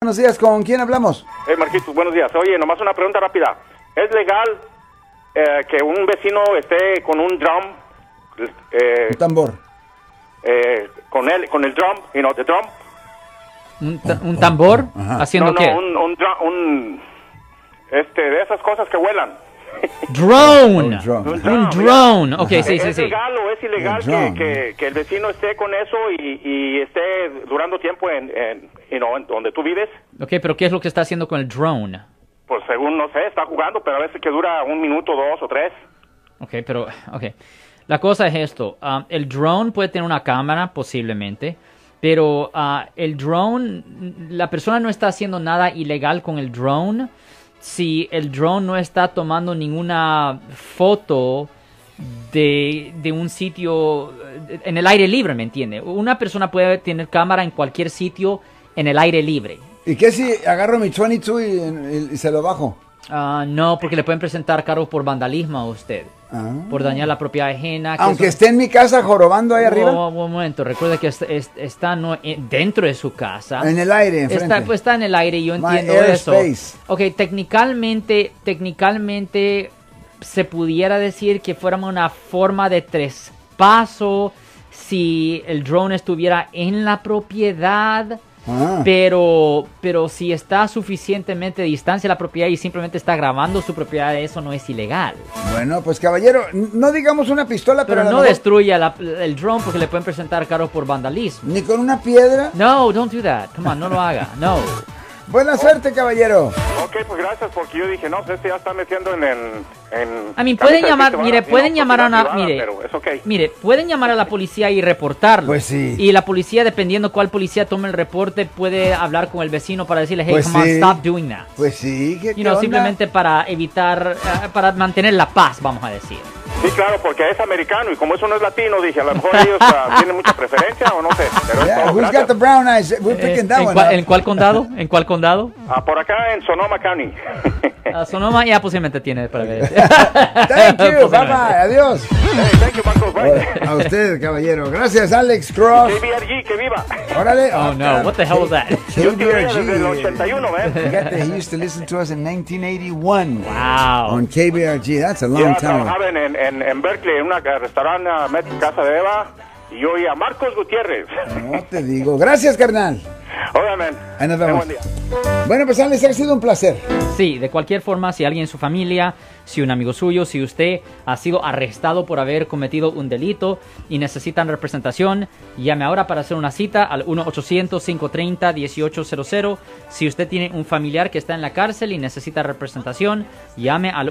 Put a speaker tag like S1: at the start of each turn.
S1: Buenos días, ¿con quién hablamos?
S2: Hey, Marquitos, Eh, buenos días. Oye, nomás una pregunta rápida. ¿Es legal eh, que un vecino esté con un drum, eh,
S1: Un tambor.
S2: eh, con, el, con el drum, you know, the drum?
S3: ¿Un, ta- un tambor?
S1: Oh, Ajá.
S3: ¿Haciendo
S2: no,
S3: qué?
S2: no, un, un, drum- un- este, de esas cosas que vuelan.
S3: Drone.
S1: Un drone.
S2: Un
S3: Un
S2: drone,
S3: drone. Ok,
S2: mira.
S3: sí, sí,
S2: ¿Es
S3: sí.
S2: legal o es ilegal
S1: Un drone,
S2: que, que- que el vecino esté con eso y, y esté durando tiempo en, en, you know, en donde tú vives?
S3: Ok, pero ¿qué es lo que está haciendo con el drone?
S2: Pues según, no sé, está jugando, pero a veces que dura un minuto, dos o tres.
S3: Ok, pero, ok. La cosa es esto. um, el drone puede tener una cámara, posiblemente, pero ah, el drone, la persona no está haciendo nada ilegal con el drone si el drone no está tomando ninguna foto de, de un sitio eh, en el aire libre, ¿me entiende? Una persona puede tener cámara en cualquier sitio en el aire libre.
S1: ¿Y qué si agarro mi chuanitsu y, y- y se lo bajo?
S3: Ah, no, porque le pueden presentar cargos por vandalismo a usted.
S1: Ah.
S3: Por dañar la propiedad ajena. Pues, ah, que
S1: Aunque
S3: eso- Oh.
S1: esté en mi casa jorobando ahí arriba.
S3: Un momento, recuerda que es- es- está no- eh, dentro de su casa.
S1: En el aire,
S3: Está,
S1: enfrente.
S3: pues, está en el aire, yo
S1: My
S3: entiendo eso.
S1: airspace.
S3: Ok, técnicamente, técnicamente se pudiera decir que fuéramos una forma de traspaso si el drone estuviera en la propiedad.
S1: Ah.
S3: Pero, pero si está suficientemente de distancia de la propiedad y simplemente está grabando su propiedad, eso no es ilegal.
S1: Bueno, pues caballero, n- no digamos una pistola, pero,
S3: Pero
S1: a lo
S3: no
S1: mejor
S3: destruya la- el drone porque le pueden presentar cargos por vandalismo.
S1: ni con una piedra.
S3: No, don't do that. Come on, no lo haga. No.
S1: Buena suerte, caballero.
S2: Ok, pues gracias, porque yo dije, no, este ya está metiendo en el... En
S3: A mí,
S2: camisa
S3: pueden
S2: de
S3: llamar,
S2: sexo,
S3: mire,
S2: ¿verdad?
S3: pueden
S2: No,
S3: llamar a
S2: propiedad
S3: una, mire,
S2: privada, Pero es ok.
S3: mire, pueden llamar a la policía y reportarlo.
S1: Pues sí.
S3: Y la policía, dependiendo cuál policía tome el reporte, puede hablar con el vecino para decirle, hey,
S1: Pues
S3: come
S1: sí.
S3: on, stop doing that.
S1: Pues sí, que
S3: Y no, simplemente para evitar, eh, para mantener la paz, vamos a decir.
S2: Sí, claro, porque es americano y como eso no es latino, dije, a lo mejor ellos ah, tienen mucha preferencia o no sé. Pero es todo,
S1: who's got
S2: gracias.
S1: the brown eyes? We're
S3: Eh,
S1: picking
S3: ¿en,
S1: that one
S3: cuál-
S1: up.
S3: en cuál condado? ¿En cuál condado?
S2: Ah, por acá en Sonoma County.
S3: Ah, Sonoma ya posiblemente tiene para ver.
S1: Thank you, bye
S3: Posiblemente.
S1: bye, adiós.
S2: Hey, thank you, Marcos. Bye.
S1: A usted, caballero. Gracias, Alex Cross.
S2: KBRG, que viva.
S1: Órale.
S3: Oh no, what the hell was that?
S2: Yo te veo desde el 81, ¿eh?
S1: Fíjate, he used to listen to us in 1981
S3: Wow.
S1: on KBRG. That's a long
S2: Ya
S1: time. ago.
S2: trabajaba en, en, en- en Berkeley, en un restaurante ah, met- Casa de Eva, y yo oía a Marcos Gutiérrez.
S1: No te digo. Gracias, carnal.
S2: Obviamente.
S1: Ahí nos
S2: Ten
S1: vemos.
S2: buen día.
S1: Bueno, pues Alex, ha sido un placer.
S3: Sí, de cualquier forma, si alguien en su familia, si un amigo suyo, si usted ha sido arrestado por haber cometido un delito y necesitan representación, llame ahora para hacer una cita al 1-800-530-1800. Si usted tiene un familiar que está en la cárcel y necesita representación, llame al